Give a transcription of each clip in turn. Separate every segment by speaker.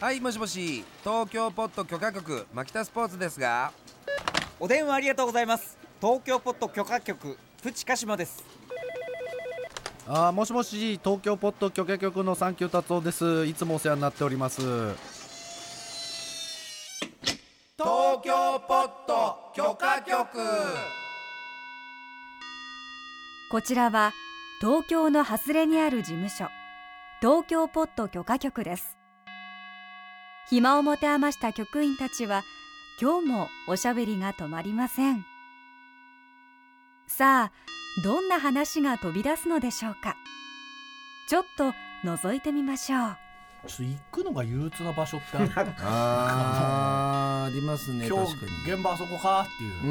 Speaker 1: はいもしもし東京ポット許可局牧田スポーツですが
Speaker 2: お電話ありがとうございます東京ポット許可局プチカシマです
Speaker 3: あーもしもし東京ポッド許可局のサンキュー達夫ですいつもお世話になっております
Speaker 1: 東京ポット許可局
Speaker 4: こちらは東京の外れにある事務所東京ポット許可局です暇を持て余した局員たちは今日もおしゃべりが止まりませんさあどんな話が飛び出すのでしょうかちょっと覗いてみましょう
Speaker 5: ちょっと行くのが憂鬱な場所 ってある
Speaker 6: あーありますね
Speaker 5: 今
Speaker 6: 確
Speaker 5: 日
Speaker 6: かに
Speaker 5: 現場あそこかっていう
Speaker 6: う
Speaker 5: ち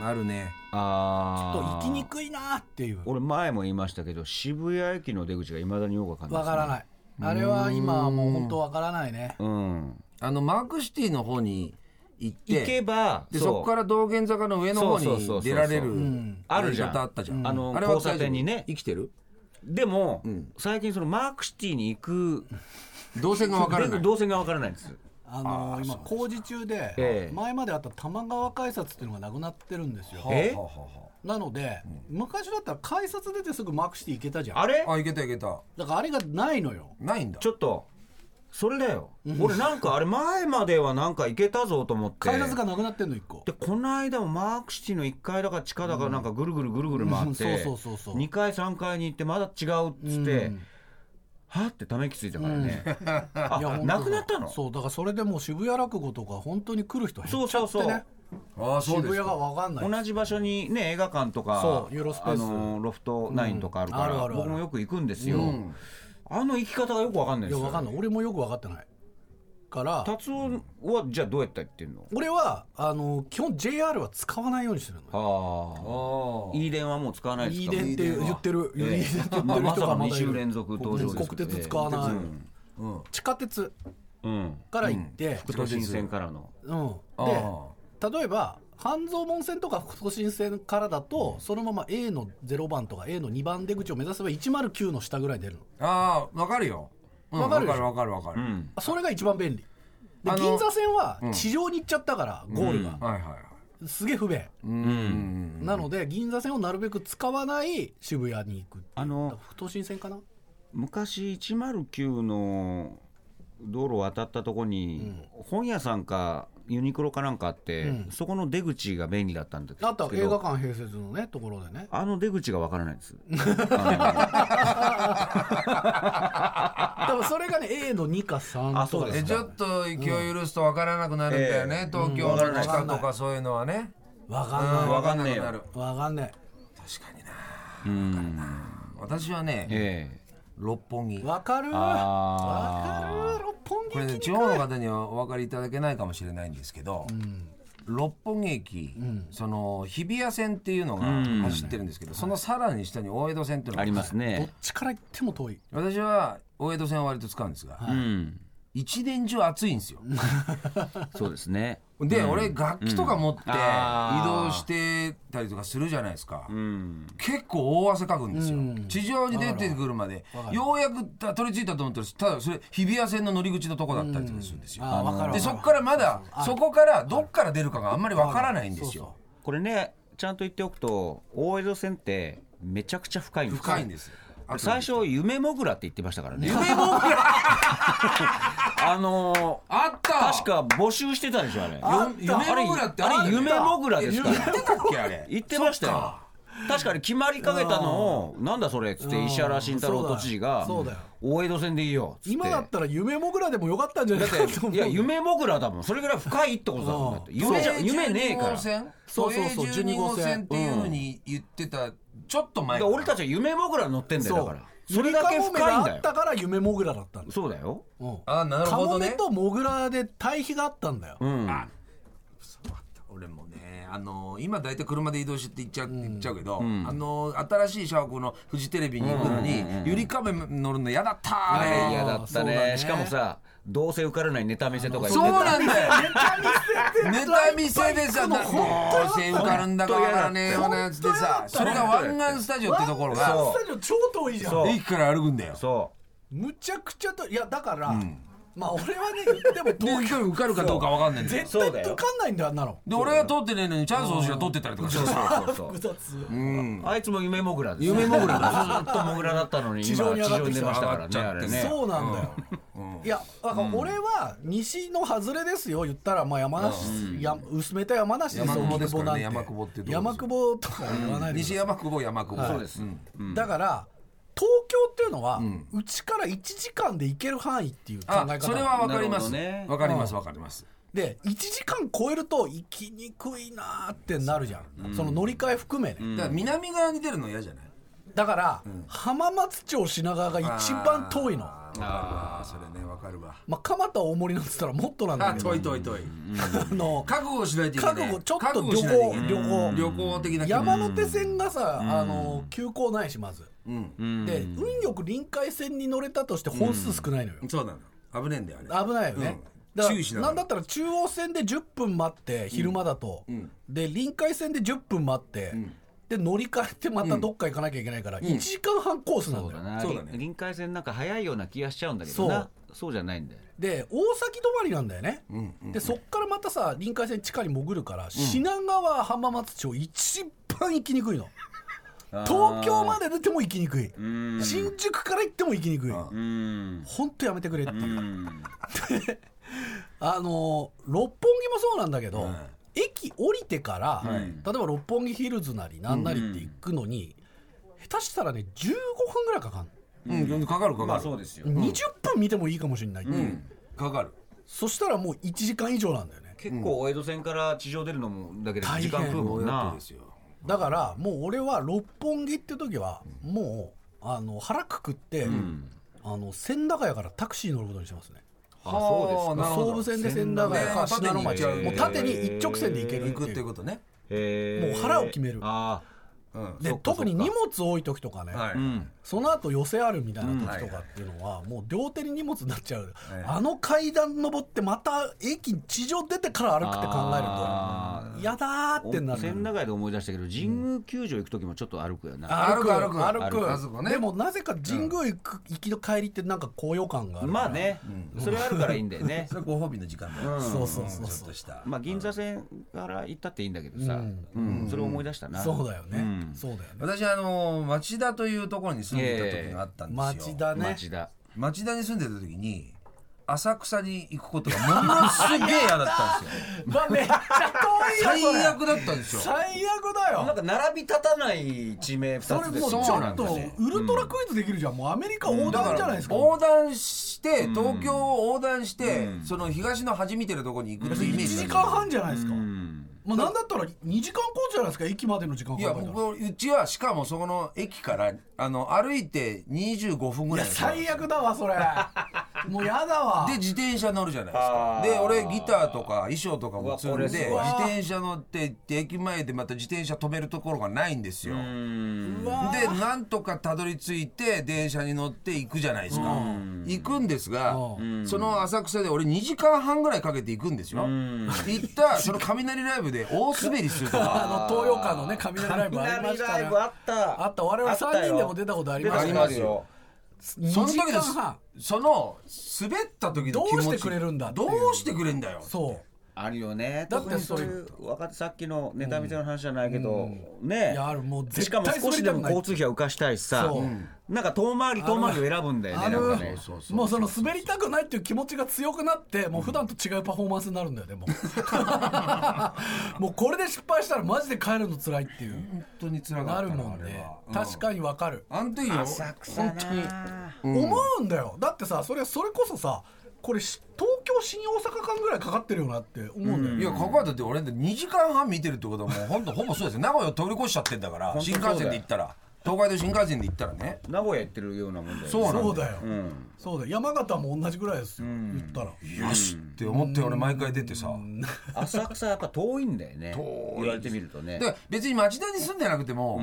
Speaker 6: んあるね
Speaker 5: ょ
Speaker 7: あ
Speaker 5: っ
Speaker 7: ー
Speaker 5: と行きにくいなっていう
Speaker 7: 俺前も言いましたけど渋谷駅の出口がいまだによくわかんない
Speaker 5: わからないいあれは今はもう本当わからないね
Speaker 7: うん
Speaker 6: あのマークシティの方に行って
Speaker 7: 行けば
Speaker 6: でそこからら道玄坂の上の方
Speaker 7: そうそうそうそう
Speaker 6: に出られる
Speaker 5: ん
Speaker 7: あるじゃん
Speaker 6: やり方あったじゃん、
Speaker 7: うんあの
Speaker 6: れは大丈夫
Speaker 7: 交差点にね
Speaker 6: 生きてる
Speaker 7: でも、
Speaker 6: ん
Speaker 7: 最近そのマークシティに行く
Speaker 6: 動線が分からない
Speaker 7: 動線がわからないんです
Speaker 5: あの今工事中
Speaker 7: え
Speaker 5: で
Speaker 7: え
Speaker 5: 前まであった玉川改札っていうのがなくなってるんですよ
Speaker 7: え
Speaker 5: なので昔だったら改札出てすぐマークシティ行けたじゃん
Speaker 7: あれ
Speaker 6: あ行けた行けた
Speaker 5: だからあれがないのよ
Speaker 6: ないんだ
Speaker 7: ちょっとそれだよ俺なんかあれ前まではなんか行けたぞと思って
Speaker 5: 改札がなくなってんの一個
Speaker 7: でこの間もマークシティの1階だか地下だかなんかぐるぐるぐるぐる回って、
Speaker 5: うんそうそうそうそう
Speaker 7: 2階3階に行ってまだ違うっつって、
Speaker 5: うん
Speaker 7: はってため息ついたからね、あ
Speaker 5: いや本当だ
Speaker 7: なくなったの
Speaker 5: そうだからそれでもう渋谷落語とか本当に来る人減っちゃ
Speaker 7: そう
Speaker 5: っ
Speaker 7: そうそう
Speaker 5: てね
Speaker 6: ああそう
Speaker 5: 渋
Speaker 6: です
Speaker 5: 谷が
Speaker 6: か
Speaker 5: わかんない
Speaker 7: 同じ場所にね映画館とか
Speaker 5: そうユーロスペー
Speaker 7: あ
Speaker 5: ス
Speaker 7: のロフトナインとかあるから、
Speaker 5: うんあるあるある
Speaker 7: 僕もよく行くんですよ、あの行き方がよくわかんない
Speaker 5: い
Speaker 7: で
Speaker 5: や
Speaker 7: すよ
Speaker 5: わかんない俺もよく分かってないから
Speaker 7: 達夫はじゃあどうやったら行ってんの
Speaker 5: 俺はあの基本 JR は使わないようにしてるの
Speaker 7: ああいい電話もう使わないです
Speaker 5: い
Speaker 7: か
Speaker 5: い電って言ってる、いい電って言
Speaker 7: まあ
Speaker 5: ってる
Speaker 7: まさ
Speaker 5: 人が
Speaker 7: かの
Speaker 5: ま
Speaker 7: 2
Speaker 5: だいる
Speaker 7: 週連続登場ですけど
Speaker 5: 国鉄使わない、地下鉄
Speaker 7: うん
Speaker 5: から行って、
Speaker 7: 都心線からの
Speaker 5: うんで例えば半蔵門線とか都心線からだとそのまま A の0番とか A の2番出口を目指せば109の下ぐらい出るの
Speaker 6: ああ分かるようん
Speaker 5: わかるでしょ
Speaker 6: わかるわかるわかる、
Speaker 5: あそれが一番便利で
Speaker 6: あの
Speaker 5: 銀座線は地上に行っちゃったから、ゴールが、
Speaker 6: はいはいはい
Speaker 5: すげえ不便、なので銀座線をなるべく使わない渋谷に行く
Speaker 7: あの
Speaker 5: だから不都心線かな
Speaker 7: 昔109の道路を渡ったとこに、本屋さんかユニクロかなんかあって、そこの出口が便利だったんですけど
Speaker 5: あとは映画館併設のねところでね
Speaker 7: あの出口がわからないです。
Speaker 5: 多分それがね A の2か3
Speaker 7: あそ
Speaker 5: と
Speaker 7: うで
Speaker 5: か
Speaker 7: す
Speaker 6: え
Speaker 5: ね
Speaker 6: ちょっと気を許すと分からなくなるんだよね、東京の地下とかそういうのはね、
Speaker 5: わ
Speaker 6: う
Speaker 5: かん
Speaker 6: ん、
Speaker 5: な
Speaker 7: わ
Speaker 6: 分
Speaker 7: か
Speaker 6: か
Speaker 7: ん
Speaker 6: ん
Speaker 7: ね
Speaker 6: な
Speaker 7: え
Speaker 6: く
Speaker 7: よ
Speaker 6: なる
Speaker 5: いわかんない
Speaker 6: 確かにな私はね、
Speaker 7: ええ
Speaker 6: 六本木
Speaker 5: わかるわかる六本木
Speaker 6: これね地方の方にはお分かりいただけないかもしれないんですけど、六本木駅、その日比谷線っていうのが走ってるんですけど、そのさらに下に大江戸線っていうのが
Speaker 7: あります
Speaker 5: どっ
Speaker 7: ね。
Speaker 5: ちから行っても遠い
Speaker 6: 私は大江戸線を割と使うんですが、
Speaker 7: うん、
Speaker 6: 一年中暑いんですよ
Speaker 7: そうですね。
Speaker 6: で、俺楽器とか持って移
Speaker 7: あー
Speaker 6: 動してたりとかするじゃないですか、
Speaker 7: うん、
Speaker 6: 結構大汗かくんですよ、地上に出てくるまでようやくた取り付いたと思ったらただそれ日比谷線の乗り口のとこだったりとかするんですよ、
Speaker 5: あわかる
Speaker 6: でそこからまだそこからどっから出るかがあんまりわからないんですよ
Speaker 7: これね、ちゃんと言っておくと、大江戸線ってめちゃくちゃ深いんですよ。
Speaker 6: 深いんですよあと
Speaker 7: 最初夢もぐらって言ってましたからね。
Speaker 6: 夢もぐら
Speaker 7: あのー
Speaker 6: あった
Speaker 7: 確か募集してたでしょあれ。
Speaker 6: よ夢もぐらってあ
Speaker 7: あれ
Speaker 6: るよね
Speaker 7: 夢もぐらですから。
Speaker 6: 言ってたっけあれ
Speaker 7: 言ってました
Speaker 6: そっ
Speaker 7: よ
Speaker 6: か
Speaker 7: 確かに決まりかけたのをなんだそれっつって石原慎太郎都知事が
Speaker 5: そうだよ
Speaker 7: 大江戸線でいいよっつって
Speaker 5: 今だったら夢もぐらでもよかったんじゃないかと思う
Speaker 7: いや夢もぐらだもんそれぐらい深いってことだもんだって夢じゃ夢ねえから
Speaker 6: 都営12号線
Speaker 5: そうそうそう
Speaker 6: 都営12号線っていうのに言ってたちょっと前
Speaker 7: だから俺たちは夢もぐら乗ってんだよだから
Speaker 6: それだけ
Speaker 5: ゆりかもめ
Speaker 6: 深いん
Speaker 5: があ
Speaker 6: だ
Speaker 5: っ
Speaker 6: よ
Speaker 5: たから夢モグラだったんです
Speaker 7: そうだよ
Speaker 5: うん
Speaker 6: あなる
Speaker 5: カ
Speaker 6: ほ
Speaker 5: モ
Speaker 6: ど
Speaker 5: メ
Speaker 6: ね
Speaker 5: とモグラで対比があったんだよ、
Speaker 7: うん
Speaker 6: 俺もねあの今大体車で移動して行っちゃう,、行っちゃうけど、あの新しい社屋のフジテレビに行くのに、ゆりかめ乗るの嫌だったーあれ
Speaker 7: いやだった
Speaker 5: そうだ
Speaker 7: ね
Speaker 5: ね
Speaker 7: しかもさどうせ受からないネタ見せとか
Speaker 6: そうなんだよネタ見せでさ、
Speaker 5: 本当
Speaker 6: どうせ受かるんだかわからねえようなやつでさ、そ
Speaker 5: 本当
Speaker 6: れ
Speaker 5: や
Speaker 6: が
Speaker 5: だ
Speaker 6: 湾岸スタジオってところが
Speaker 5: ワン、スタジオ超遠いじゃん
Speaker 7: そう
Speaker 6: 駅から歩くんだよ。
Speaker 7: そ
Speaker 5: むちゃくちゃといやだから、まあ俺はねでも
Speaker 6: で、
Speaker 5: 東
Speaker 6: 一
Speaker 5: 京
Speaker 6: 人受かるかどうかわかんないんだよ。
Speaker 5: 絶対とかんないんだよあんなの
Speaker 6: で、俺は通ってねえのに、チャンス星が通ってたりとかしてさ、
Speaker 7: うそう
Speaker 5: 複雑
Speaker 7: うんあいつも夢モグラです夢モグラずっとモグラだったのに
Speaker 5: 地
Speaker 7: 今地
Speaker 5: 上に上がっ
Speaker 7: 上
Speaker 5: て
Speaker 7: に
Speaker 5: き
Speaker 7: 出
Speaker 5: た
Speaker 7: ましたから
Speaker 6: 上がっち
Speaker 7: ね
Speaker 6: ゃっ
Speaker 7: あ
Speaker 6: て
Speaker 7: れ
Speaker 6: ね
Speaker 7: ね
Speaker 5: そうなんだよ、いやだから俺は西の外れですよ言ったらまあ山梨、や薄めた山梨ですよ
Speaker 6: 山久保ですからね
Speaker 5: 荻窪
Speaker 6: 山久保ってどうです
Speaker 5: 山久保とか言わないでくだ
Speaker 6: 西
Speaker 5: さい
Speaker 6: 山久保、山久保。そうです。
Speaker 5: だから東京っていうのはうち、から1時間で行ける範囲っていう考え
Speaker 6: あ、
Speaker 5: 方
Speaker 6: それはわかります
Speaker 7: なるほどね。
Speaker 6: わかります、わかります。
Speaker 5: で1時間超えると行きにくいなーってなるじゃん、その乗り換え含めね、
Speaker 6: だから南側に出るの嫌じゃない
Speaker 5: だから、浜松町品川が一番遠いの
Speaker 6: あーあー、それね、わかるわ。
Speaker 5: まあ蒲田大森なんて言ったらもっとなんだ
Speaker 6: あ、
Speaker 5: けど
Speaker 6: 遠い遠い遠い。
Speaker 5: あの
Speaker 6: 覚悟しないといけない。
Speaker 5: 覚悟ちょっと
Speaker 6: 覚悟しないいけない
Speaker 5: 旅行
Speaker 6: うん
Speaker 5: 旅
Speaker 6: 旅行的な気分
Speaker 5: 山手線がさ、あの急行ないしまず、で運よく臨海線に乗れたとして本数少ないのよ、
Speaker 6: そうなの。危ねえんだよ、あれ。
Speaker 5: 危ないよね、
Speaker 6: うん
Speaker 5: だか
Speaker 6: 注意しな
Speaker 5: ら
Speaker 6: が
Speaker 5: な
Speaker 6: ら
Speaker 5: んだったら中央線で10分待って昼間だと、で臨海線で10分待って、で乗り換えてまたどっか行かなきゃいけないから、1時間半コースなんだよ、
Speaker 6: そうだね
Speaker 7: 臨海線なんか早いような気がしちゃうんだけどなそうじゃないんだよ
Speaker 5: で大崎止まりなんだよね、でそっからまたさ臨海線地下に潜るから、品川浜松町一番行きにくいの東京まで出ても行きにくい新宿から行っても行きにくいほんとやめてくれってであのー六本木もそうなんだけど、駅降りてから、例えば六本木ヒルズなりなんなりって行くのに、下手したらね15分ぐらいかかんの、
Speaker 6: うん、かかるかかる。まあそうですよ。
Speaker 5: 20分見てもいいかもしれないっていう、
Speaker 6: かかる。
Speaker 5: そしたらもう1時間以上なんだよね
Speaker 7: 結構大江戸線から地上出るのもだけど
Speaker 5: 大
Speaker 7: 時
Speaker 5: 変
Speaker 7: 間食うもんな
Speaker 6: ですよ。
Speaker 5: だからもう俺は六本木って時はもうあの腹くくって、あの千駄ヶ谷からタクシー乗ることにしてますね
Speaker 7: あそうですか
Speaker 5: 総武線で千駄ヶ谷か
Speaker 6: 千駄
Speaker 5: 信
Speaker 6: ヶ
Speaker 5: 濃
Speaker 6: 谷縦に行っ
Speaker 5: 町
Speaker 6: ちゃう
Speaker 5: もう縦に一直線で行ける
Speaker 6: 行くって
Speaker 5: い
Speaker 6: いううことね。
Speaker 7: へー
Speaker 5: もう腹を決める
Speaker 7: あ
Speaker 5: で特に荷物多い時とかね、
Speaker 6: はい。
Speaker 5: その後寄せあるみたいな時とかっていうのはもう両手に荷物になっちゃう、あの階段登ってまた駅地上出てから歩くって考えるとやだ
Speaker 7: あ
Speaker 5: ーってなる
Speaker 7: 千駄ヶ谷で思い出したけど神宮球場行く時もちょっと歩くよな
Speaker 6: 歩く歩く
Speaker 5: 歩く
Speaker 6: あそこね
Speaker 5: でもなぜか神宮行く行きの帰りってなんか高揚感があるから
Speaker 7: まあねそれあるからいいんだよね
Speaker 6: それご褒美の時間だよ。
Speaker 5: そうそうそ
Speaker 6: ちょ
Speaker 5: う
Speaker 6: っ
Speaker 5: そう
Speaker 6: とした。
Speaker 7: まあ銀座線から行ったっていいんだけどさうんそれを思い出したな
Speaker 5: そうだよねそうだよね
Speaker 6: 私あの町田というところに住んでた時があったんですよ。
Speaker 5: 町田ね
Speaker 7: 町田
Speaker 6: 町田に住んでた時に浅草に行くことがものすげえ嫌だったんですよ。
Speaker 5: まあめっちゃ 遠いよそれ
Speaker 6: 最悪だったんですよ。
Speaker 5: 最悪だ
Speaker 7: なん
Speaker 5: よ
Speaker 7: か並び立たない地名
Speaker 5: そ
Speaker 7: 2
Speaker 5: れ
Speaker 7: つで
Speaker 5: もう
Speaker 7: すよ
Speaker 5: ちょ
Speaker 6: そうな
Speaker 5: っ
Speaker 6: んです
Speaker 5: と
Speaker 6: よ
Speaker 5: ウルトラクイズできるじゃんもうアメリカ横断じゃないですか
Speaker 6: 横断して東京を横断して、その東の端見てるところに行くっていうイメー
Speaker 5: 1
Speaker 6: ジだ
Speaker 5: 時
Speaker 6: った
Speaker 5: 間半じゃないですかまあなんだったら2時間コースじゃないですか駅までの時間
Speaker 6: い
Speaker 5: か
Speaker 6: や
Speaker 5: かる
Speaker 6: 僕うちはしかもそこの駅からあの歩いて25分ぐらいの距離
Speaker 5: 最悪だわそ れもうやだわ
Speaker 6: で自転車乗るじゃないですかで俺ギターとか衣装とかも積んで自
Speaker 5: わ
Speaker 6: 転車乗ってって駅前でまた自転車止めるところがないんですよ
Speaker 5: うわ
Speaker 6: でなんとかたどり着いて電車に乗って行くじゃないですか行くんですがその浅草で俺2時間半ぐらいかけて行くんですよ行ったその雷ライブで大滑りするとか
Speaker 5: あの東洋館のね雷ライブありま
Speaker 7: 雷
Speaker 5: した
Speaker 7: ラ
Speaker 5: ね
Speaker 7: イブあった
Speaker 5: あった我々
Speaker 7: あった
Speaker 5: 3
Speaker 7: よ
Speaker 5: 人でも出たことありま
Speaker 6: あ
Speaker 5: し
Speaker 6: り
Speaker 5: た
Speaker 6: ま
Speaker 5: ね
Speaker 6: すよ
Speaker 5: 2
Speaker 6: その
Speaker 5: 時
Speaker 6: 時で
Speaker 5: 間
Speaker 6: す
Speaker 5: 半
Speaker 6: その滑った時の気持ち
Speaker 5: どうしてくれるんだってい
Speaker 6: ど
Speaker 5: う
Speaker 6: うしてくれんだよ
Speaker 5: そ
Speaker 7: あるよね
Speaker 5: だって
Speaker 7: 特にそういう若手さっきのネタ見せの話じゃないけど、
Speaker 5: う
Speaker 7: ね
Speaker 5: いやあるもう
Speaker 7: し
Speaker 5: 絶
Speaker 7: か
Speaker 5: 対
Speaker 7: も少しでも
Speaker 5: 滑りた
Speaker 7: 交
Speaker 5: く
Speaker 7: 通費は浮かしたいしさ
Speaker 5: そう
Speaker 7: うんなんか遠回り遠回りを選ぶんだよね
Speaker 5: あ
Speaker 7: なん
Speaker 5: の
Speaker 7: かね
Speaker 5: ないもうその滑りたくないっていう気持ちが強くなってもう普段と違うパフォーマンスになるんだよねもう もうこれで失敗したらマジで帰るの辛いっていう
Speaker 6: 本当に辛か
Speaker 5: な
Speaker 6: った
Speaker 5: るもんね確かにわかる
Speaker 6: あの時よ本当に
Speaker 5: 思うんだよだってさそれそれこそさこれし東京新大阪間ぐらいかかってるよなって思うんだよ
Speaker 6: い
Speaker 5: ね
Speaker 6: やここはだって俺2時間半見てるってことはもうほんとほぼそうですよ名古屋を通り越しちゃってんだから新幹線で行ったら東海道新幹線で行ったらね
Speaker 7: 名古屋行ってるようなもんだよ
Speaker 6: そうなんだよ
Speaker 5: そうだよ、そうだよ山形も同じぐらいですよ、言ったら
Speaker 6: よしって思って俺毎回出てさ、
Speaker 7: 浅草やっぱ遠いんだよね言われてみるとね
Speaker 6: だから別に町田に住んでなくても、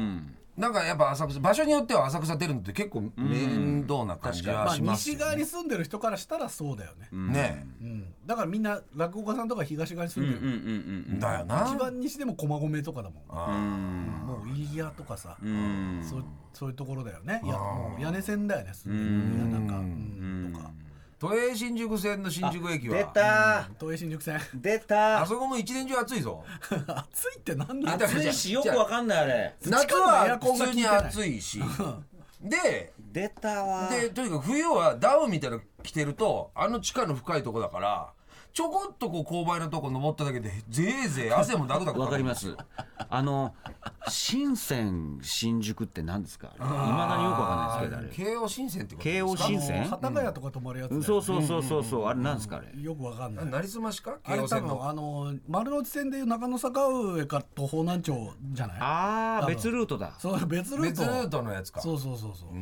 Speaker 6: なんかやっぱ浅草場所によっては浅草出るのって結構面倒な感じ
Speaker 5: ま
Speaker 6: は
Speaker 5: あ
Speaker 6: します
Speaker 5: 西
Speaker 6: よ
Speaker 5: 側に住んでる人からしたらそうだよね、
Speaker 6: ね
Speaker 5: うんだからみんな落語家さんとか東側に住んでる、
Speaker 6: だよな
Speaker 5: 一番西でも駒込とかだもんもう飯屋とかさ、そそういうところだよねいやもう屋根線だよね住んでるみんななんかうんとか
Speaker 6: 都営新宿線の新宿駅は
Speaker 7: 出た
Speaker 5: 東映新宿線
Speaker 7: 出
Speaker 6: あ
Speaker 7: た
Speaker 6: そこも一年中暑いぞ
Speaker 5: 暑いってなんだ
Speaker 6: あだ
Speaker 7: 暑いしよくわかんないあれ
Speaker 6: 夏
Speaker 5: エア
Speaker 6: は
Speaker 5: コンが
Speaker 6: 普通
Speaker 5: 効いて
Speaker 6: に
Speaker 5: ない
Speaker 6: 暑い しで
Speaker 7: 出たわ
Speaker 6: でとにかく冬はダウンみたいなの着てるとあの地下の深いとこだからちょこっとこう勾配のとこ登っただけでぜいぜい 汗もダクダク
Speaker 7: わかり ますあの新鮮新宿って何ですかいまだによくわかんないですけどあれ
Speaker 6: 慶応新線ってこと
Speaker 7: 京王
Speaker 6: ですか
Speaker 7: 新線
Speaker 5: 幡ヶ谷とか泊まるやつだよね
Speaker 7: そうそうそうそうそうあれなんですかあれ
Speaker 5: よくわかんない
Speaker 6: なりすましか
Speaker 5: あ
Speaker 6: 京
Speaker 5: れ
Speaker 6: 王
Speaker 5: 多
Speaker 6: 線の
Speaker 5: 分あの丸の内線でいう中野坂上かと方南町じゃない
Speaker 7: あ
Speaker 5: 多
Speaker 7: あ
Speaker 5: 分
Speaker 7: 別ルートだ
Speaker 5: そう別ルー
Speaker 6: 別
Speaker 5: ト
Speaker 6: ルートのやつか
Speaker 5: そうそうそうそう、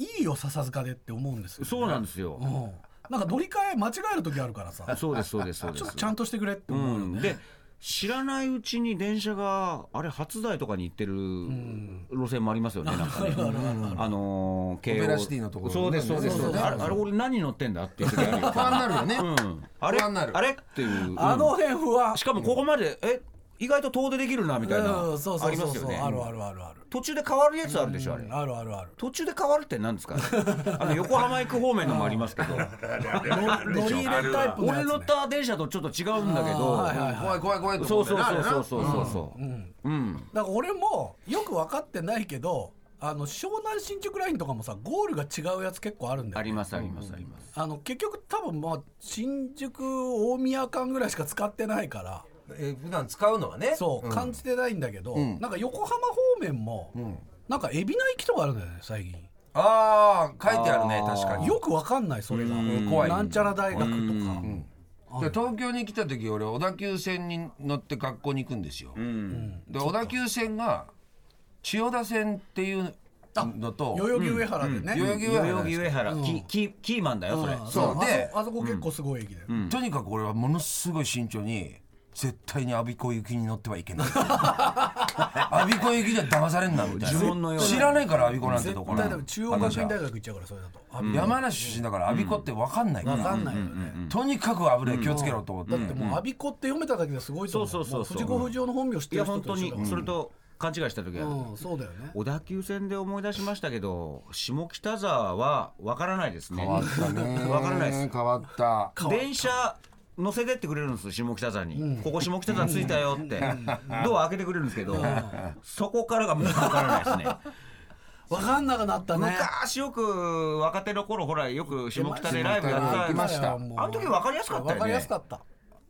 Speaker 5: いいよ笹塚でって思うんですよ、
Speaker 7: そうなんですよ
Speaker 5: うんなんか乗り換え間違える時あるからさ
Speaker 7: あそうですそうですそうで
Speaker 5: ちょっと
Speaker 7: す
Speaker 5: ちゃんとしてくれって
Speaker 7: う
Speaker 5: 思う、
Speaker 7: んで知らないうちに電車があれ初台とかに行ってる路線もありますよねなんかねあのー京王
Speaker 6: オペラシティのところ
Speaker 7: そうですそうです
Speaker 6: そうそうそう
Speaker 7: あれあれ俺何乗ってんだっていう時あるよ
Speaker 6: 不安になるよね、
Speaker 7: うんあれ
Speaker 6: 不安になる
Speaker 7: あれっていううん
Speaker 5: あの辺不安
Speaker 7: しかもここまで、え意外と遠出できるなみたいな、
Speaker 5: うんそうそ
Speaker 7: あ
Speaker 5: う
Speaker 7: りま
Speaker 5: そう
Speaker 7: す
Speaker 5: そ
Speaker 7: よね
Speaker 5: うあるあるあるある
Speaker 7: 途中で変わるやつあるでしょあれ
Speaker 5: あるあるある
Speaker 7: 途中で変わるって何ですかあの横浜行く方面のもありますけど
Speaker 5: 乗り入れタイプのや
Speaker 7: 俺
Speaker 5: つ、
Speaker 7: 乗
Speaker 5: ね
Speaker 7: っ、た電車とちょっと違うんだけど、
Speaker 6: 怖い怖い怖いと
Speaker 7: そ
Speaker 6: 思
Speaker 7: う
Speaker 6: うんだ
Speaker 7: そう
Speaker 6: よなあれ
Speaker 7: そ
Speaker 6: な
Speaker 7: うそうそうそうそううん、
Speaker 5: だから俺もよく分かってないけどあの湘南新宿ラインとかもさゴールが違うやつ結構あるんだ
Speaker 7: あ
Speaker 5: よ
Speaker 7: りますありますあります、
Speaker 5: あの結局多分まあ新宿大宮間ぐらいしか使ってないから
Speaker 6: えー普段使うのはね
Speaker 5: そう、感じてないんだけど、なんか横浜方面も、なんか海老名行きとかあるんだよね最近
Speaker 6: ああ書いてあるね確かに
Speaker 5: よくわかんないそれが
Speaker 6: 怖い
Speaker 5: なんちゃら大学とか
Speaker 6: で東京に来た時俺小田急線に乗って学校に行くんですよ、で小田急線が千代田線っていうのと
Speaker 5: 代々木上原でね、
Speaker 6: 代々木上
Speaker 7: 代
Speaker 6: 原
Speaker 7: 々
Speaker 6: で
Speaker 7: 木
Speaker 6: す
Speaker 7: 上原、キキキーマンだよそれ、
Speaker 5: あ
Speaker 6: そうで
Speaker 5: あそあそこ結構すごい駅だよ、
Speaker 6: とにかく俺はものすごい慎重に絶対に我孫子行きに乗ってはいけない我孫子行きじゃ騙されんなみたい
Speaker 7: 呪文の
Speaker 6: な
Speaker 7: ような
Speaker 6: 知らないから我孫子なんてとこ
Speaker 5: 絶対多
Speaker 6: ろ
Speaker 5: 分中央学院大学行っちゃうからそれだと、あ
Speaker 6: 山梨出身だから我孫子って分かんないから、
Speaker 5: わかんないよね、
Speaker 6: とにかく危ない気をつけろと思って、
Speaker 5: だってもう我孫子って読めただけですごいと思う
Speaker 7: そうそうそうそう
Speaker 5: も藤子不二雄の本名知っ
Speaker 7: い
Speaker 5: てる
Speaker 7: や
Speaker 5: 人
Speaker 7: 本
Speaker 5: と
Speaker 7: 当
Speaker 5: 一緒
Speaker 7: に
Speaker 5: だもん
Speaker 7: それと勘違いした時ある、
Speaker 5: うんそうだよね
Speaker 7: 小田急線で思い出しましたけど下北沢は分からないですね
Speaker 6: 変わったね
Speaker 7: わからないです
Speaker 6: 変わった
Speaker 7: 電車乗せてってくれるんです下北沢に、ここ下北沢着いたよって、ドア開けてくれるんですけど、そこからがもう分からないですね
Speaker 5: わかんなくなったね
Speaker 7: 昔よく若手の頃ほらよく下北でライブや
Speaker 6: 行
Speaker 7: っ
Speaker 6: き
Speaker 7: て
Speaker 6: ま
Speaker 7: た
Speaker 6: した
Speaker 5: もう
Speaker 7: あの時わかりやすかったよね
Speaker 5: わかりやすかった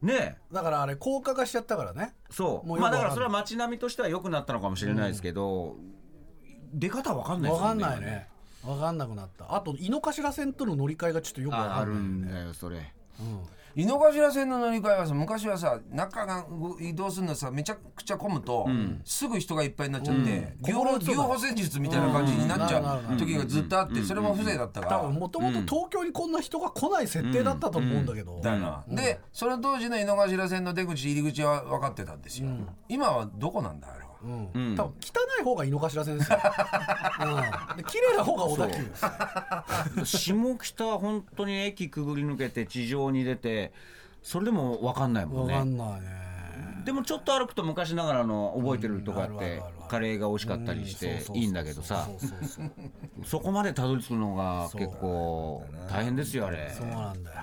Speaker 7: ね
Speaker 5: だからあれ高架化しちゃったからね
Speaker 7: そう
Speaker 5: もうよく
Speaker 7: ま
Speaker 5: わ
Speaker 7: あだ
Speaker 5: かんない
Speaker 7: からそれは街並みとしては良くなったのかもしれないですけど、出方分かんないで
Speaker 5: わ
Speaker 7: すも
Speaker 5: か
Speaker 7: ん
Speaker 5: ん
Speaker 7: ね
Speaker 5: ないねわかんなくなったあと井の頭線との乗り換えがちょっとよくわ
Speaker 7: あ
Speaker 5: か
Speaker 7: あ
Speaker 5: ん
Speaker 7: る
Speaker 5: ない
Speaker 7: んだよそれ
Speaker 6: 井の頭線の乗り換えはさ昔はさ中が移動するのさめちゃくちゃ混むと、すぐ人がいっぱいになっちゃって、牛歩牛歩戦術みたいな感じになっち
Speaker 5: うんな
Speaker 6: ゃ
Speaker 5: るな
Speaker 6: う時がずっとあって、それも風情だったから、
Speaker 5: 多分もともと東京にこんな人が来ない設定だったと思うんだけど、
Speaker 6: だよなでその当時の井の頭線の出口入り口は分かってたんですよ、今はどこなんだあれは、
Speaker 5: うん多分汚い方が井の頭 線ですよ、うん、で綺麗な方が小田急
Speaker 7: 下北は本当に駅くぐり抜けて地上に出てそれでも分かんないもん
Speaker 5: わか
Speaker 7: ね
Speaker 5: んないね
Speaker 7: でもちょっと歩くと昔ながらの覚えてるとこあっ
Speaker 5: うんあるあ
Speaker 7: て
Speaker 5: るあるある
Speaker 7: カレーが美味しかったりしていいんだけどさそこまでたどり着くのが結構大変ですよあれ
Speaker 5: そうなんだよ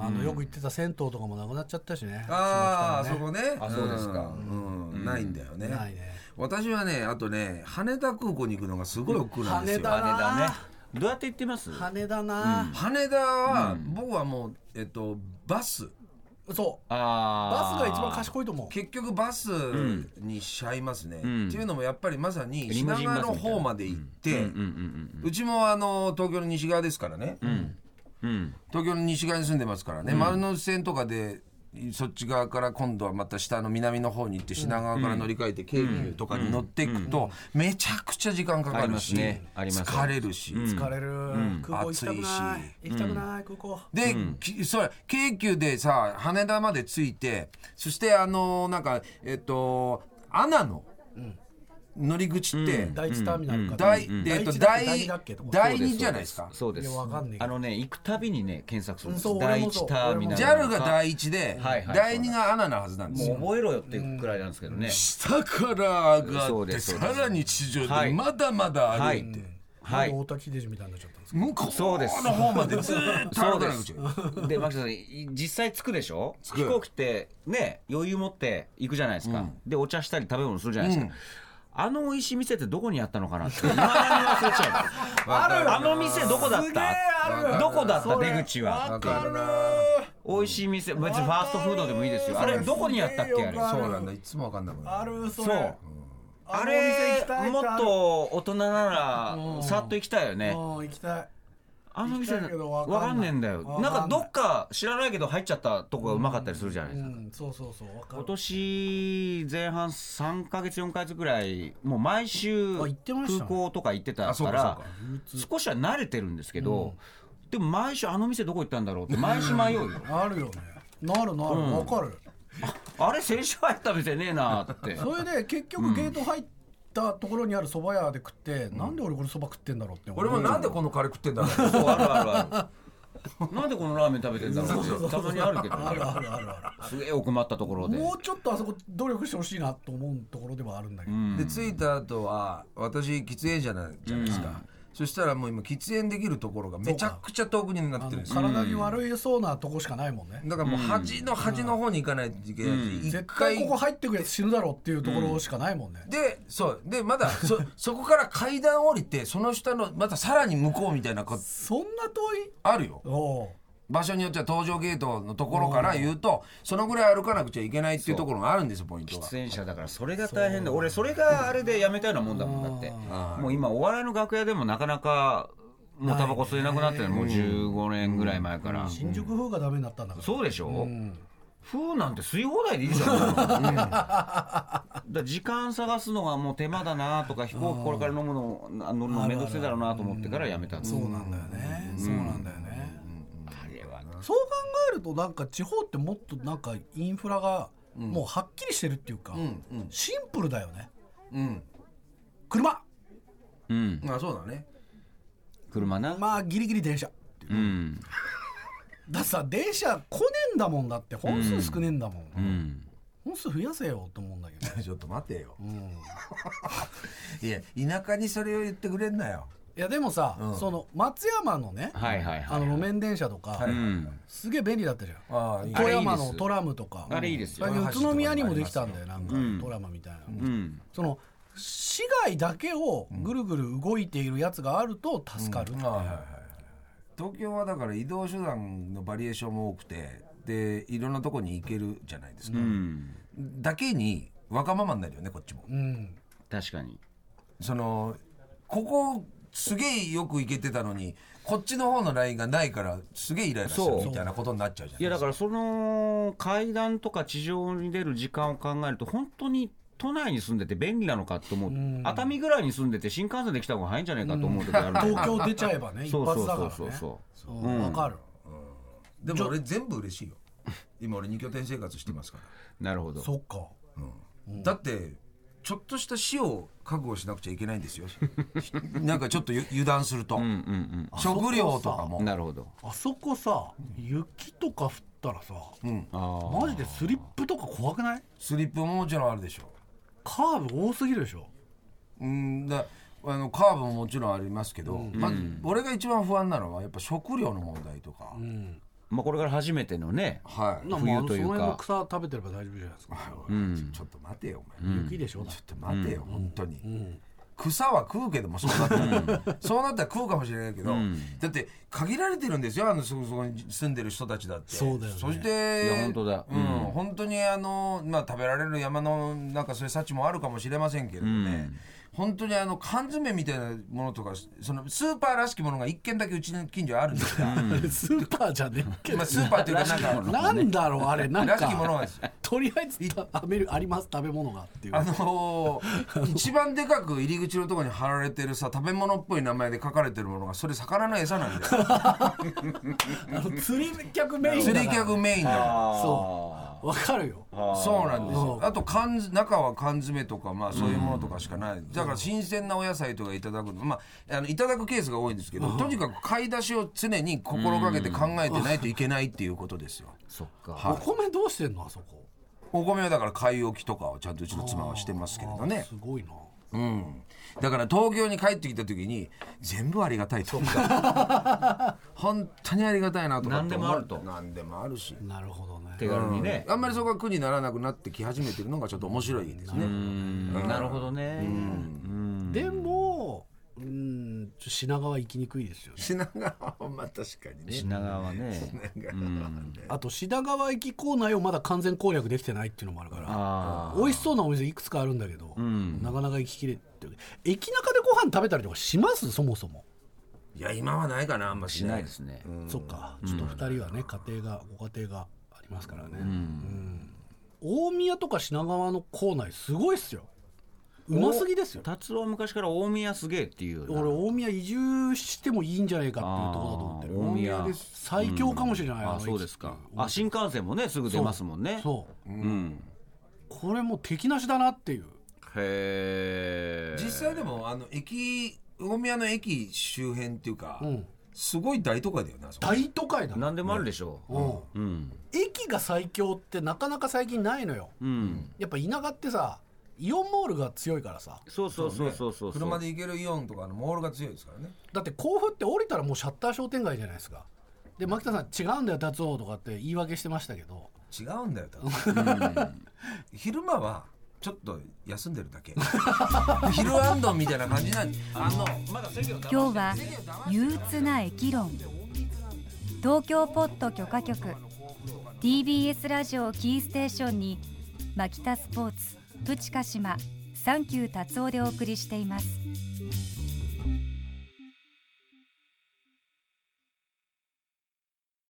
Speaker 5: あのよく行ってた銭湯とかもなくなっちゃったしね
Speaker 6: ああ、
Speaker 5: そ
Speaker 6: そこ
Speaker 5: の北のね
Speaker 6: ねあそうですか、うんないんだよね
Speaker 5: ないね
Speaker 6: 私はねあとね羽田空港に行くのがすごい億劫なんですよ
Speaker 5: 羽田
Speaker 7: 羽田ねどうやって行ってます
Speaker 5: 羽田な、
Speaker 6: 羽田は、僕はもう、えっと、バス
Speaker 5: そうバ
Speaker 7: あ
Speaker 5: ス
Speaker 7: あ
Speaker 5: が一番賢いと思う
Speaker 6: 結局バスにしちゃいますね、っていうのもやっぱりまさに
Speaker 7: リム
Speaker 6: 品
Speaker 7: ジ
Speaker 6: 川
Speaker 7: ンバスみたいな
Speaker 6: の方まで行ってうちもあの東京の西側ですからね、東京の西側に住んでますからね、丸の内線とかでそっち側から今度はまた下の南の方に行って品川から乗り換えて京急とかに乗っていくとめちゃくちゃ時間かかるし、
Speaker 7: ありますねあります
Speaker 6: 疲れるし、
Speaker 5: 疲れる、空港行きたくな
Speaker 6: 暑いし
Speaker 5: い行きたくない、空港
Speaker 6: で、きそれ京急でさ羽田まで着いてそしてあのーなんかえっとアナの乗り口って、
Speaker 5: 第一ターミナルか、
Speaker 6: 第えっと
Speaker 5: 一だっけ第
Speaker 6: 第
Speaker 5: 二だっけとか
Speaker 6: 第二じゃないですか
Speaker 7: そうです
Speaker 5: いやわかんねえけど
Speaker 7: あのね行くたびにね検索するんです
Speaker 5: そう俺
Speaker 7: 第
Speaker 5: もそう
Speaker 7: 一ターミナル
Speaker 6: JAL が第一で、
Speaker 7: はいはい
Speaker 6: 第二がアナなはずなんです
Speaker 7: もう
Speaker 6: よ
Speaker 7: 覚えろよってくらいなんですけどね
Speaker 6: 下から上
Speaker 7: そ
Speaker 6: がっ
Speaker 7: う
Speaker 6: て
Speaker 7: です
Speaker 6: さ
Speaker 7: そうです
Speaker 6: らに地上
Speaker 7: は
Speaker 6: で
Speaker 7: い
Speaker 6: まだまだ
Speaker 7: は
Speaker 6: 歩
Speaker 7: い
Speaker 6: いて、
Speaker 7: はい
Speaker 5: 大滝秀治みたいになっちゃったんです
Speaker 6: 向こう
Speaker 7: そうです
Speaker 6: の方までずーっと
Speaker 7: そ
Speaker 6: 歩
Speaker 7: う
Speaker 6: かな
Speaker 7: で
Speaker 6: く
Speaker 7: す
Speaker 6: ちゃ。
Speaker 7: で、牧田さん、い実際着くでしょ
Speaker 6: く
Speaker 7: 飛行機ってね、余裕持って行くじゃないですか。で、お茶したり食べ物するじゃないですか。あの美味しい店ってどこにあったのかなって、未だに忘れちゃう。 あの店どこだったどこだった出口は。
Speaker 6: かる
Speaker 7: 美味しい店、別にファーストフードでもいいですよ。あれ、どこにあったっけあれ。
Speaker 5: ある
Speaker 6: そうなんだいつもわかんなくなる
Speaker 5: あるそれ
Speaker 7: そう。あれ、もっと大人なら、さっと行きたいよね。
Speaker 5: うん行きたい
Speaker 7: あの店
Speaker 5: 行きたいけどわ
Speaker 7: わ
Speaker 5: かんない
Speaker 7: かんねえんだよ。
Speaker 5: わかんな
Speaker 7: ないんかどっか知らないけど入っちゃったとこがうまかったりするじゃないうですか。
Speaker 5: んそうそうそうわかる
Speaker 7: 今年前半3ヶ月4ヶ月ぐらいもう毎週
Speaker 5: あ行ってました
Speaker 7: 空
Speaker 5: ね
Speaker 7: 港とか行ってた
Speaker 6: あそう
Speaker 7: か
Speaker 6: かそう
Speaker 7: ら
Speaker 6: か
Speaker 7: 少しは慣れてるんですけどでも毎週あの店どこ行ったんだろうって毎週迷うよ
Speaker 5: あるよねなるなるわかる
Speaker 7: あれ先週入った店ねえなって
Speaker 5: それで結局ゲート入ったところにある蕎麦屋で食ってなんで俺これ蕎麦食ってんだろうって
Speaker 6: 俺もなんでこのカレー食ってんだろう
Speaker 7: そうあるあるあるなんでこのラーメン食べてんだろうってたまにあるけどね
Speaker 5: あるあるあるあ
Speaker 7: すげえお困ったところ
Speaker 5: る
Speaker 7: で
Speaker 5: もうちょっとあそこ努力してほしいなと思うところではあるんだけど
Speaker 6: で着いた後は私喫煙じゃないじゃないですか、そしたらもう今喫煙できるところがめちゃくちゃ遠くになってるんですよ
Speaker 5: 体に悪いそうなとこしかないもんね
Speaker 6: だからもう端の端の方に行かないといけないし、一
Speaker 5: 絶対
Speaker 6: 回
Speaker 5: ここ入ってくやつ死ぬだろうっていうところしかないもんね
Speaker 6: でそうでま だそそこから階段降りてその下のまたさらに向こうみたいなこ
Speaker 5: そんな遠い
Speaker 6: あるよ
Speaker 5: おう
Speaker 6: 場所によっては搭乗ゲートのところから言うとそのぐらい歩かなくちゃいけないっていうところがあるんですよポイントが
Speaker 7: 出演者だからそれが大変で俺それがあれでやめたようなもんだもんだってもう今お笑いの楽屋でもなかなかもうタバコ吸えなくなってるもう15年ぐらい前から
Speaker 5: 新宿風がダメになったんだから
Speaker 7: そうでしょ風なんて吸い放題でいいじゃんうんだから時間探すのはもう手間だなとか飛行機これから飲むのな乗るのめんどくせえだろうなと思ってからやめたそう
Speaker 5: なんだよねそうなんだよね
Speaker 7: あれはな
Speaker 5: そう考えるとなんか地方ってもっとなんかインフラがもうはっきりしてるっていうか、シンプルだよね
Speaker 6: うん
Speaker 5: 車
Speaker 7: うん
Speaker 6: まあそうだね
Speaker 7: 車な
Speaker 5: まあギリギリ電車
Speaker 7: うん
Speaker 5: だってさ電車来ねえんだもんだって本数少ねえんだもん、
Speaker 7: うん
Speaker 5: 本数増やせよと思うんだけ ど
Speaker 6: ちょっと待てよ、 いや田舎にそれを言ってくれんなよ
Speaker 5: いやでもさ、その松山のね、
Speaker 7: はいはい
Speaker 5: あ
Speaker 7: は
Speaker 5: の
Speaker 7: い
Speaker 5: 路面電車とか、
Speaker 7: うん
Speaker 5: すげえ便利だったじゃん
Speaker 6: ああいい
Speaker 7: あ
Speaker 5: 富山
Speaker 7: れいいで
Speaker 5: の
Speaker 7: す
Speaker 5: トラムとか
Speaker 7: あれいいですよ
Speaker 5: 最近宇都宮にもできたんだよなんかトラムみたいな、
Speaker 7: うん
Speaker 5: その市街だけをぐるぐる動いているやつがあると助かる、
Speaker 6: 東京はだから移動手段のバリエーションも多くてでいろんなとこに行けるじゃないですか、
Speaker 7: うん
Speaker 6: だけにわがままになるよねこっちも、
Speaker 7: 確かに
Speaker 6: そのここすげえよく行けてたのにこっちの方のラインがないからすげえイライラする
Speaker 7: そう
Speaker 6: みたいなことになっちゃうじゃ
Speaker 7: い
Speaker 6: ない
Speaker 7: や
Speaker 6: で
Speaker 7: だ
Speaker 6: すか
Speaker 7: からその階段とか地上に出る時間を考えると本当に都内に住んでて便利なのかと思う、熱海ぐらいに住んでて新幹線で来た方が早いんじゃないかと思う時ある
Speaker 5: 東京出ちゃえばね一
Speaker 7: そうそ
Speaker 5: 発
Speaker 7: う
Speaker 5: だから
Speaker 7: そ
Speaker 5: ね
Speaker 7: うそうそ
Speaker 5: そうわかる
Speaker 6: でも俺全部嬉しいよ今俺二拠点生活してますから、
Speaker 7: うなるほど
Speaker 5: そっか
Speaker 6: だってちょっとした死を覚悟しなくちゃいけないんですよ なんかちょっとゆ油断すると、食料とかも
Speaker 7: なるほど
Speaker 5: あそこさ雪とか降ったらさ、
Speaker 7: あ
Speaker 5: マジでスリップとか怖くない
Speaker 6: スリップももちろんあるでしょ
Speaker 5: カーブ多すぎるでしょ
Speaker 6: うんだあのカーブももちろんありますけど、まず俺が一番不安なのはやっぱ食料の問題とか、
Speaker 7: まあこれから初めてのね
Speaker 6: はい、
Speaker 5: な
Speaker 7: 冬というか
Speaker 5: もうその辺の草食べてれば大丈夫じゃないですか
Speaker 6: ちょっと待てよお前、
Speaker 5: 雪でしょだっ
Speaker 6: ちょっと待てよ、本当に、草は食うけどもそうなったら、そうなったら食うかもしれないけど、だって限られてるんですよあのそこそこに住んでる人たちだって
Speaker 5: そうだよね
Speaker 6: そし
Speaker 7: い
Speaker 6: て
Speaker 7: や本当だ
Speaker 6: うん本当にあの、まあ、食べられる山のなんかそういう幸もあるかもしれませんけれどね、本当にあの缶詰みたいなものとかそのスーパーらしきものが一軒だけうちの近所にあるんですが、
Speaker 5: スーパーじゃねえけど
Speaker 6: まあ、スーパーっていうかなんか
Speaker 5: なんだろうあれなん
Speaker 6: らしきもの
Speaker 5: か
Speaker 6: は
Speaker 5: とりあえず食べるあります食べ物がっていう
Speaker 6: あの ー一番でかく入り口のところに貼られてるさ食べ物っぽい名前で書かれてるものが それ魚の餌なんだよ
Speaker 5: あの釣り客メインだ
Speaker 6: 釣
Speaker 5: から
Speaker 6: り客メインだよ
Speaker 5: そうわかるよ
Speaker 6: そうなんですよあと缶詰中は缶詰とか、まあ、そういうものとかしかない、だから新鮮なお野菜とかいただくの,、まあ、あのいただくケースが多いんですけど、とにかく買い出しを常に心がけて考えてないといけないっていうことですよ、
Speaker 7: そっか
Speaker 5: お米どうしてんのあそこ
Speaker 6: お米はだから買い置きとかをちゃんとうちの妻はしてますけれどね
Speaker 5: すごいな
Speaker 6: うん、だから東京に帰ってきた時に全部ありがたいと思った本当にありがたいなとかって思う
Speaker 7: 何でもあると
Speaker 6: 何でもあるし
Speaker 5: なるほどね
Speaker 7: 手軽にね
Speaker 6: あんまりそこが苦にならなくなってき始めてるのがちょっと面白いですね
Speaker 7: うんなるほどね
Speaker 5: でもうんちょ品川行きにくいですよね
Speaker 6: 品川はまあ確かにね
Speaker 7: 品川ね
Speaker 6: 品川はね
Speaker 5: あと品川駅構内をまだ完全攻略できてないっていうのもあるから
Speaker 7: あ
Speaker 5: 美味しそうなお店いくつかあるんだけど、なかなか行ききれて駅中でご飯食べたりとかしますそもそも、
Speaker 6: いや今はないかなあんま
Speaker 7: あ
Speaker 6: し
Speaker 7: し
Speaker 6: な
Speaker 7: ないい
Speaker 6: で
Speaker 7: ですすね
Speaker 5: そっかちょっと2人はね家庭がご家庭がありますからね、うん大宮とか品川の構内すごいっすようますぎですよ
Speaker 7: 達郎は昔から大宮すげえっていう
Speaker 5: 俺大宮移住してもいいんじゃないかっていうところだと思
Speaker 7: あ
Speaker 5: って
Speaker 7: ー
Speaker 5: る
Speaker 7: 大宮
Speaker 5: 最強かもしれない、あの
Speaker 7: あ
Speaker 5: 駅
Speaker 7: そうですかあ新幹線もねすぐ出ますもんね
Speaker 5: そう
Speaker 7: うん
Speaker 5: これもう敵なしだなっていう
Speaker 7: へえ
Speaker 6: 実際でもあの駅大宮の駅周辺っていうか、すごい大都会だよなそこ
Speaker 5: 大都会だな
Speaker 7: 何でもあるでしょ
Speaker 5: うん駅が最強ってなかなか最近ないのよ、やっぱ田舎ってさイオンモールが強いからさ
Speaker 7: そうそうそうそうそうそう
Speaker 6: 車で行けるイオンとかのモールが強いですからね
Speaker 5: だって甲府って降りたらもうシャッター商店街じゃないですかで牧田さん違うんだよ達夫とかって言い訳してましたけど
Speaker 6: 違うんだよ多分昼間はちょっと休んでるだけ昼アンドみたいな感じなんあの
Speaker 4: 今日は憂鬱な駅論東京ポット許可局 TBS ラジオをキーステーションにマキタスポーツプチカシマサンキュー達夫でお送りしています